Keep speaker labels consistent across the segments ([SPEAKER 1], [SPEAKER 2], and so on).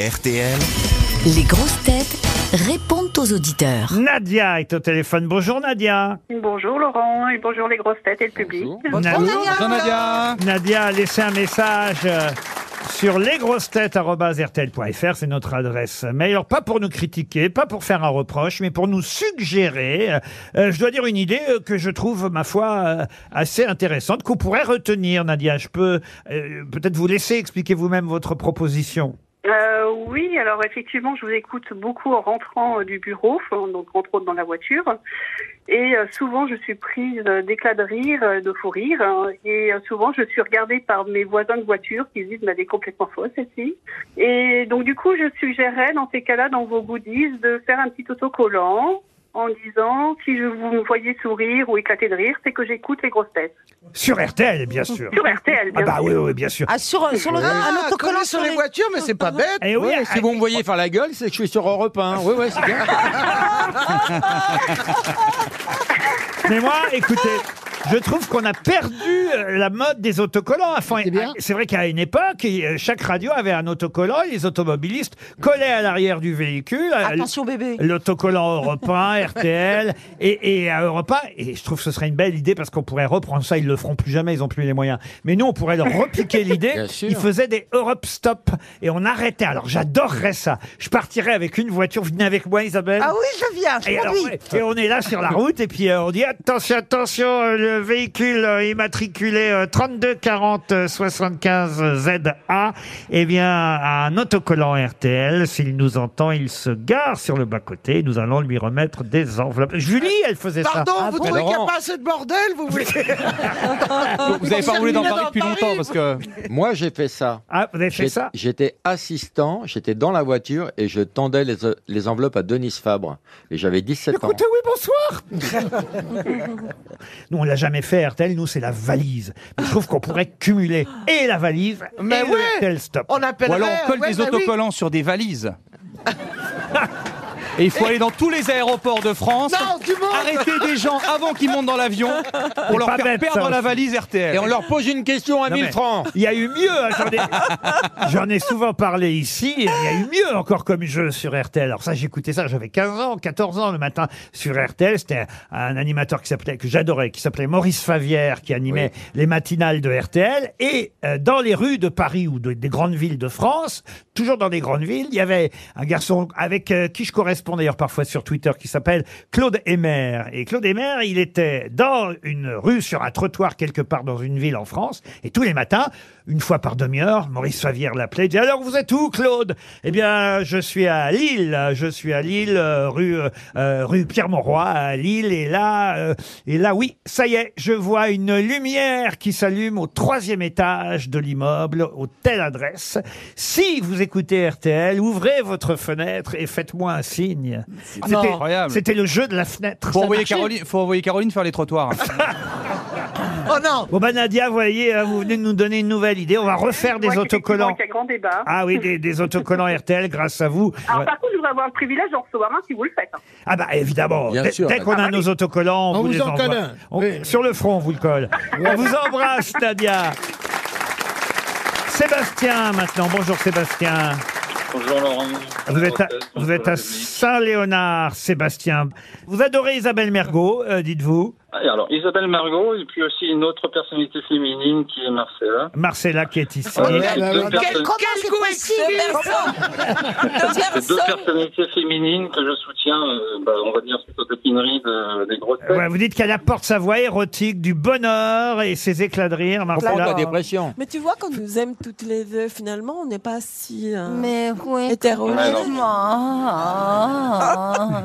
[SPEAKER 1] RTL.
[SPEAKER 2] Les grosses têtes répondent aux auditeurs.
[SPEAKER 3] Nadia est au téléphone. Bonjour Nadia.
[SPEAKER 4] Bonjour Laurent et bonjour les grosses têtes et le public.
[SPEAKER 3] Nadia, Nadia a laissé un message euh, sur lesgrossetêtes.rtl.fr, c'est notre adresse mail. Alors pas pour nous critiquer, pas pour faire un reproche, mais pour nous suggérer, euh, euh, je dois dire une idée euh, que je trouve, ma foi, euh, assez intéressante, qu'on pourrait retenir Nadia. Je peux euh, peut-être vous laisser expliquer vous-même votre proposition.
[SPEAKER 4] Euh, oui, alors effectivement, je vous écoute beaucoup en rentrant euh, du bureau, donc entre autres dans la voiture. Et euh, souvent, je suis prise euh, d'éclats de rire, euh, de fou rire. hein. Et euh, souvent, je suis regardée par mes voisins de voiture qui se disent, mais elle est complètement fausse, celle-ci. Et donc, du coup, je suggérais dans ces cas-là, dans vos goodies, de faire un petit autocollant en disant, si je vous me voyez sourire ou éclater de rire, c'est que j'écoute les grosses têtes.
[SPEAKER 3] Sur RTL, bien sûr.
[SPEAKER 4] Sur RTL, bien
[SPEAKER 3] Ah bah
[SPEAKER 4] sûr.
[SPEAKER 3] oui, oui, bien sûr.
[SPEAKER 5] Ah, sur, sur le, un
[SPEAKER 6] Ah,
[SPEAKER 5] autocollant
[SPEAKER 6] coller sur les voitures, mais c'est pas bête.
[SPEAKER 3] Eh oui,
[SPEAKER 7] ah,
[SPEAKER 6] Ouais, si vous me voyez faire la gueule, c'est que je suis sur Europe 1. Oui, oui, c'est bien.
[SPEAKER 3] Mais moi, écoutez, je trouve qu'on a perdu euh, la mode des autocollants. Enfin,
[SPEAKER 6] bien.
[SPEAKER 3] c'est vrai qu'à une époque, il- euh, chaque radio avait un autocollant et les automobilistes collaient à l'arrière du véhicule. euh,
[SPEAKER 5] Attention bébé.
[SPEAKER 3] L'autocollant européen, RTL et, et à Europa. Et je trouve que ce serait une belle idée parce qu'on pourrait reprendre ça. Ils le feront plus jamais, ils n'ont plus les moyens. Mais nous, on pourrait leur repiquer l'idée.
[SPEAKER 6] Bien sûr.
[SPEAKER 3] Ils faisaient des Europe Stop et on arrêtait. Alors j'adorerais ça. Je partirais avec une voiture. Vous venez avec moi, Isabelle
[SPEAKER 5] Ah oui, je viens, je
[SPEAKER 3] et, alors,
[SPEAKER 5] conduis.
[SPEAKER 3] ouais, et on est là sur la route et puis euh, on dit attention, attention, euh, le véhicule euh, immatriculé euh, 32 40 euh, 75 ZA, eh bien, a un autocollant RTL. S'il nous entend, il se gare sur le bas-côté. et Nous allons lui remettre des enveloppes. Julie, elle faisait
[SPEAKER 6] Pardon,
[SPEAKER 3] ça.
[SPEAKER 6] vous
[SPEAKER 5] bon
[SPEAKER 6] trouvez qu'il n'y a
[SPEAKER 7] Laurent.
[SPEAKER 6] pas assez de bordel Ah vous voulez...
[SPEAKER 7] Vous n'avez pas roulé dans Paris depuis longtemps parce que.
[SPEAKER 6] Moi, j'ai fait ça.
[SPEAKER 3] Ah, vous avez fait
[SPEAKER 7] J'ai-
[SPEAKER 3] ça
[SPEAKER 6] J'étais assistant, j'étais dans la voiture et je tendais les, les enveloppes à Denis Fabre. Et j'avais 17 ans.
[SPEAKER 3] Écoutez, oui, bonsoir Nous, on l'a jamais fait, RTL. Nous, c'est la valise. Mais je trouve qu'on pourrait cumuler et la valise
[SPEAKER 6] Mais
[SPEAKER 3] et le
[SPEAKER 6] ouais.
[SPEAKER 3] RTL Stop.
[SPEAKER 6] On appelle
[SPEAKER 7] Ou alors on colle
[SPEAKER 6] bah
[SPEAKER 8] bah
[SPEAKER 7] des autocollants sur des valises. Et il faut aller dans tous les aéroports de France,
[SPEAKER 6] Non, du monde
[SPEAKER 7] arrêter des gens avant qu'ils montent dans l'avion pour leur
[SPEAKER 3] pas
[SPEAKER 7] faire
[SPEAKER 3] bête, ça
[SPEAKER 7] perdre la
[SPEAKER 3] aussi.
[SPEAKER 7] valise RTL.
[SPEAKER 6] Et on leur pose une question à
[SPEAKER 3] Non,
[SPEAKER 6] 1000
[SPEAKER 3] mais-
[SPEAKER 6] francs.
[SPEAKER 3] Il y a eu mieux, hein, j'en ai, j'en ai souvent parlé ici, et il y a eu mieux encore comme jeu sur RTL. Alors ça, j'écoutais ça, j'avais 15 ans, 14 ans le matin sur RTL. C'était un animateur qui s'appelait, que j'adorais, qui s'appelait Maurice Favière, qui animait les matinales de RTL. Et euh, dans les rues de Paris ou de- des grandes villes de France, toujours dans les grandes villes, il y avait un garçon avec euh, qui je correspond d'ailleurs parfois sur Twitter, qui s'appelle Claude Emer. Et Claude Emer, il était dans une rue, sur un trottoir quelque part dans une ville en France, et tous les matins, une fois par demi-heure, Maurice Favière l'appelait, il dit alors vous êtes où Claude Eh bien je suis à Lille, je suis à Lille, euh, rue euh, euh, rue Pierre Mauroy à Lille, et là euh, et là oui, ça y est, je vois une lumière qui s'allume au troisième étage de l'immeuble, aux telle adresse. Si vous écoutez RTL, ouvrez votre fenêtre et faites-moi un signe. C'était-
[SPEAKER 7] incroyable.
[SPEAKER 3] C'était le jeu de la fenêtre.
[SPEAKER 7] Faut envoyer, Caroline, faut envoyer Caroline faire les
[SPEAKER 9] Ah,
[SPEAKER 7] trottoirs.
[SPEAKER 5] Oh non.
[SPEAKER 3] Bon bah Nadia, vous voyez, hein, vous venez de nous donner une nouvelle idée. On va refaire
[SPEAKER 4] Je
[SPEAKER 3] des
[SPEAKER 4] vois
[SPEAKER 3] autocollants.
[SPEAKER 4] qu'effectivement, qu'il y a grand débat.
[SPEAKER 3] Ah oui, des, des autocollants RTL grâce à vous.
[SPEAKER 4] Alors
[SPEAKER 3] Ouais.
[SPEAKER 4] par contre, je voudrais avoir le privilège d'en recevoir un si vous le faites. hein.
[SPEAKER 3] Ah bah évidemment,
[SPEAKER 6] Bien
[SPEAKER 3] dès,
[SPEAKER 6] sûr.
[SPEAKER 3] dès qu'on a
[SPEAKER 4] Ah bah
[SPEAKER 3] nos autocollants, on,
[SPEAKER 6] On vous
[SPEAKER 3] les
[SPEAKER 6] en
[SPEAKER 3] envoie.
[SPEAKER 6] colle un.
[SPEAKER 3] On-
[SPEAKER 6] Oui.
[SPEAKER 3] Sur le front, on vous le colle. on vous embrasse Nadia. Sébastien maintenant. Bonjour Sébastien.
[SPEAKER 10] Bonjour Laurent.
[SPEAKER 3] Vous êtes à,
[SPEAKER 10] Bonjour
[SPEAKER 3] vous êtes à
[SPEAKER 10] Dominique.
[SPEAKER 3] Saint-Léonard, Sébastien. Vous adorez Isabelle Mergot, euh, dites-vous.
[SPEAKER 10] Ah, Et alors, Isabelle Margot, et puis aussi une autre personnalité féminine qui est Marcella.
[SPEAKER 3] Marcella qui est ici.
[SPEAKER 10] Voilà, c'est
[SPEAKER 1] Bah,
[SPEAKER 10] deux,
[SPEAKER 5] Quel
[SPEAKER 10] personnes-
[SPEAKER 5] comment c'est possible
[SPEAKER 10] c'est deux personnalités féminines que je soutiens, euh, bah, on va dire, suite aux dépineries de- des grosses têtes.
[SPEAKER 3] Ouais, vous dites qu'elle apporte sa voix érotique, du bonheur et ses éclats de rire,
[SPEAKER 6] Prends
[SPEAKER 3] Marcella.
[SPEAKER 6] ta dépression.
[SPEAKER 11] Mais tu vois, quand nous aime toutes les deux, finalement, on n'est pas si euh,
[SPEAKER 5] Mais oui.
[SPEAKER 11] hétérogène.
[SPEAKER 10] Alors,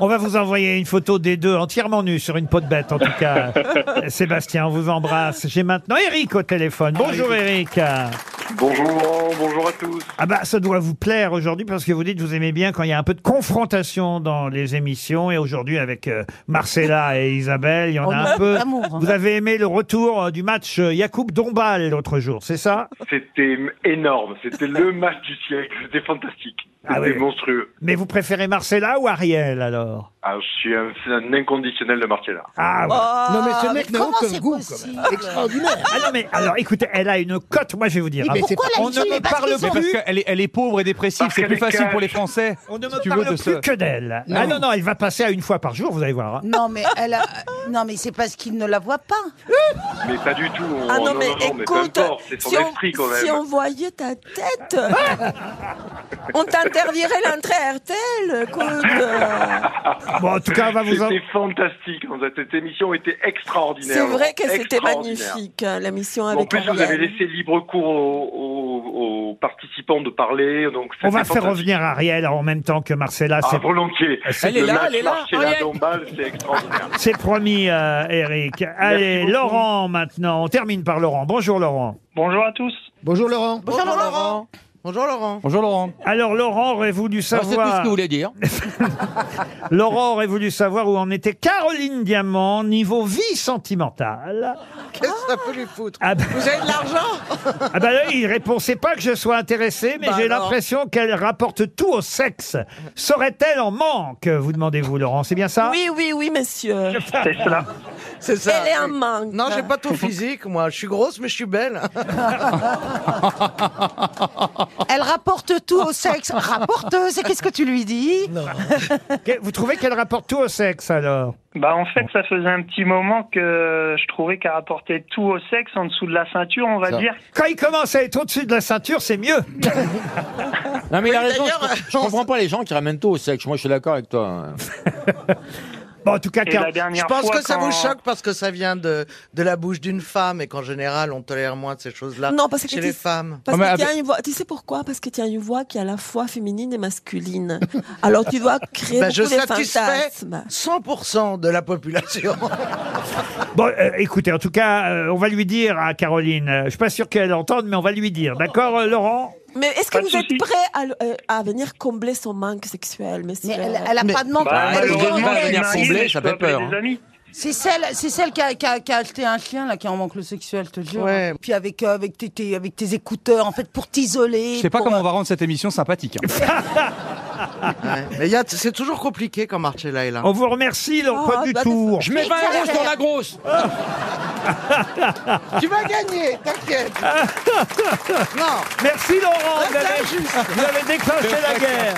[SPEAKER 3] On va vous envoyer une photo des deux entièrement nus sur une peau de bête, en tout cas. Euh, Sébastien, on vous embrasse. J'ai maintenant Eric au téléphone. Bonjour Eric. Ah
[SPEAKER 10] Bonjour Laurent, bonjour à tous.
[SPEAKER 3] bah ça doit vous plaire aujourd'hui parce que vous dites que vous aimez bien quand il y a un peu de confrontation dans les émissions et aujourd'hui avec euh, Marcella et Isabelle, il y en a un peu. Vous avez aimé le retour euh, du match euh, Yacoub Dombal l'autre jour, c'est ça
[SPEAKER 9] C'était énorme, c'était le match du siècle, c'était fantastique,
[SPEAKER 3] Ah
[SPEAKER 9] c'était
[SPEAKER 3] oui.
[SPEAKER 9] monstrueux.
[SPEAKER 3] Mais vous préférez Marcella ou Ariel alors
[SPEAKER 9] Ah, je suis un, c'est un inconditionnel de Marcella.
[SPEAKER 3] Ah ouais.
[SPEAKER 7] Oh.
[SPEAKER 5] Non
[SPEAKER 6] mais ce mec n'a
[SPEAKER 5] comment
[SPEAKER 6] aucun
[SPEAKER 5] c'est
[SPEAKER 6] goût,
[SPEAKER 5] possible
[SPEAKER 6] Extraordinaire.
[SPEAKER 3] Ah non mais alors écoutez, elle a une cote, moi je vais vous dire. hein.
[SPEAKER 7] Mais c'est pas- on ne me parle plus. Parce qu'elle est, elle est pauvre et dépressive.
[SPEAKER 3] Parce
[SPEAKER 7] C'est
[SPEAKER 3] qu'elle
[SPEAKER 7] plus
[SPEAKER 3] est
[SPEAKER 7] facile
[SPEAKER 3] cash.
[SPEAKER 7] pour les Français.
[SPEAKER 3] On ne
[SPEAKER 7] si
[SPEAKER 3] me
[SPEAKER 7] tu veux,
[SPEAKER 3] parle
[SPEAKER 7] de se-
[SPEAKER 3] plus que d'elle.
[SPEAKER 7] Non.
[SPEAKER 3] Ah non, non, elle va passer à une fois par jour, vous allez voir. hein.
[SPEAKER 1] Non, mais elle a... non, mais c'est parce qu'il ne la voit pas.
[SPEAKER 9] Mais pas du tout. on-
[SPEAKER 11] Ah non, mais
[SPEAKER 9] mais peu
[SPEAKER 11] écoute,
[SPEAKER 9] importe, c'est son
[SPEAKER 11] si, on,
[SPEAKER 9] esprit quand même. Ah.
[SPEAKER 11] si on voyait ta tête, on t'interdirait l'entrée à RTL, écoute.
[SPEAKER 3] Ah, Bon, en tout cas, on va vous en-
[SPEAKER 9] C'était fantastique. en fait. Cette émission était extraordinaire.
[SPEAKER 11] C'est vrai que c'était
[SPEAKER 9] Extraordinaire.
[SPEAKER 11] magnifique, hein, la mission
[SPEAKER 9] En
[SPEAKER 11] avec
[SPEAKER 9] plus, vous avez
[SPEAKER 11] Ariel.
[SPEAKER 9] laissé libre cours aux, aux- aux participants de parler. Donc
[SPEAKER 3] On va
[SPEAKER 9] c'était
[SPEAKER 3] faire
[SPEAKER 9] fantastique.
[SPEAKER 3] revenir Ariel en même temps que Marcella.
[SPEAKER 9] Ah,
[SPEAKER 3] c'est-
[SPEAKER 9] volontiers.
[SPEAKER 3] C'est-
[SPEAKER 9] Le match
[SPEAKER 3] Ariel.
[SPEAKER 9] Marcella Dombal, c'est extraordinaire.
[SPEAKER 3] C'est promis, euh, Eric. Allez,
[SPEAKER 9] beaucoup.
[SPEAKER 3] Laurent maintenant. On termine par Laurent. Bonjour Laurent.
[SPEAKER 8] Bonjour à tous.
[SPEAKER 3] Bonjour Laurent.
[SPEAKER 8] Bonjour, Laurent. Bonjour Laurent.
[SPEAKER 3] Bonjour Laurent. Alors Laurent aurait voulu
[SPEAKER 6] Moi,
[SPEAKER 3] savoir.
[SPEAKER 6] c'est tout ce que vous voulez dire.
[SPEAKER 3] Laurent aurait voulu savoir où en était Caroline Diamant niveau vie sentimentale.
[SPEAKER 8] Qu'est-ce que ça peut lui foutre
[SPEAKER 3] Ah bah-
[SPEAKER 8] Vous avez de l'argent
[SPEAKER 3] Ah ben là, il répond, c'est pas que je sois intéressé, mais
[SPEAKER 8] Bah
[SPEAKER 3] j'ai
[SPEAKER 8] alors.
[SPEAKER 3] l'impression qu'elle rapporte tout au sexe. Serait-elle en manque Vous demandez-vous, Laurent, c'est bien ça
[SPEAKER 11] Oui, oui, oui, monsieur.
[SPEAKER 3] C'est cela.
[SPEAKER 8] C'est ça.
[SPEAKER 11] Elle est en
[SPEAKER 8] oui.
[SPEAKER 11] manque.
[SPEAKER 8] Non, j'ai pas ton physique, moi. Je suis grosse, mais je suis belle.
[SPEAKER 1] Elle rapporte tout au sexe. Rapporteuse, et qu'est-ce que tu lui dis
[SPEAKER 3] Que- Vous trouvez qu'elle rapporte tout au sexe alors
[SPEAKER 8] Bah
[SPEAKER 12] en fait, ça faisait un petit moment que je trouvais qu'à rapporter tout au sexe en dessous de la ceinture, on va dire.
[SPEAKER 3] Quand il commence à être au-dessus de la ceinture, c'est mieux.
[SPEAKER 6] Non, mais il a raison. Je, je comprends pas les gens qui ramènent tout au sexe. Moi, je suis d'accord avec toi.
[SPEAKER 3] Bon, en tout cas,
[SPEAKER 6] Et
[SPEAKER 8] Car-
[SPEAKER 6] la dernière
[SPEAKER 8] je pense
[SPEAKER 6] fois,
[SPEAKER 8] que ça vous
[SPEAKER 6] quand-
[SPEAKER 8] choque parce que ça vient de, de la bouche d'une femme et qu'en général, on tolère moins ces choses-là
[SPEAKER 11] Non, parce que
[SPEAKER 8] chez
[SPEAKER 11] tu-
[SPEAKER 8] les femmes.
[SPEAKER 11] Parce que tu, as une voix, tu sais pourquoi Parce que tu as une voix qui est à la fois féminine et masculine. Alors tu dois créer
[SPEAKER 8] Bah,
[SPEAKER 11] beaucoup
[SPEAKER 8] je
[SPEAKER 11] de
[SPEAKER 8] satisfais
[SPEAKER 11] fantasmes.
[SPEAKER 8] 100% de la population.
[SPEAKER 3] Bon, euh, écoutez, en tout cas, euh, on va lui dire à Caroline. euh, je suis pas sûr qu'elle entende, mais on va lui dire. D'accord, euh, Laurent
[SPEAKER 11] Mais est-ce que
[SPEAKER 3] Pas de
[SPEAKER 11] vous êtes prêt à, le- euh, à venir combler son manque sexuel monsieur
[SPEAKER 1] elle- elle a Mais- pas de manque. Bah, Elle
[SPEAKER 6] malheureusement, demande- elle venir
[SPEAKER 1] combler,
[SPEAKER 6] ça fait peur, hein.
[SPEAKER 1] C'est celle, c'est celle qui a, qui a- qui a acheté un chien là qui est en manque le sexuel, je te le jure.
[SPEAKER 7] Ouais.
[SPEAKER 1] Puis avec euh, avec tes, tes- avec tes écouteurs en fait pour t'isoler.
[SPEAKER 7] Je sais pas
[SPEAKER 1] pour,
[SPEAKER 7] comment on va rendre cette émission sympathique. hein.
[SPEAKER 8] Ouais. Mais il y a- c'est toujours compliqué quand Marcella est là.
[SPEAKER 3] On vous remercie, Laurent,
[SPEAKER 6] Oh,
[SPEAKER 3] pas du
[SPEAKER 6] bah,
[SPEAKER 3] tout.
[SPEAKER 8] Je mets 20 euros dans la
[SPEAKER 6] grosse.
[SPEAKER 8] tu vas gagner, t'inquiète. non.
[SPEAKER 6] Ah,
[SPEAKER 3] bah, Merci Laurent. Vous avez,
[SPEAKER 8] injuste.
[SPEAKER 3] vous avez déclenché la guerre.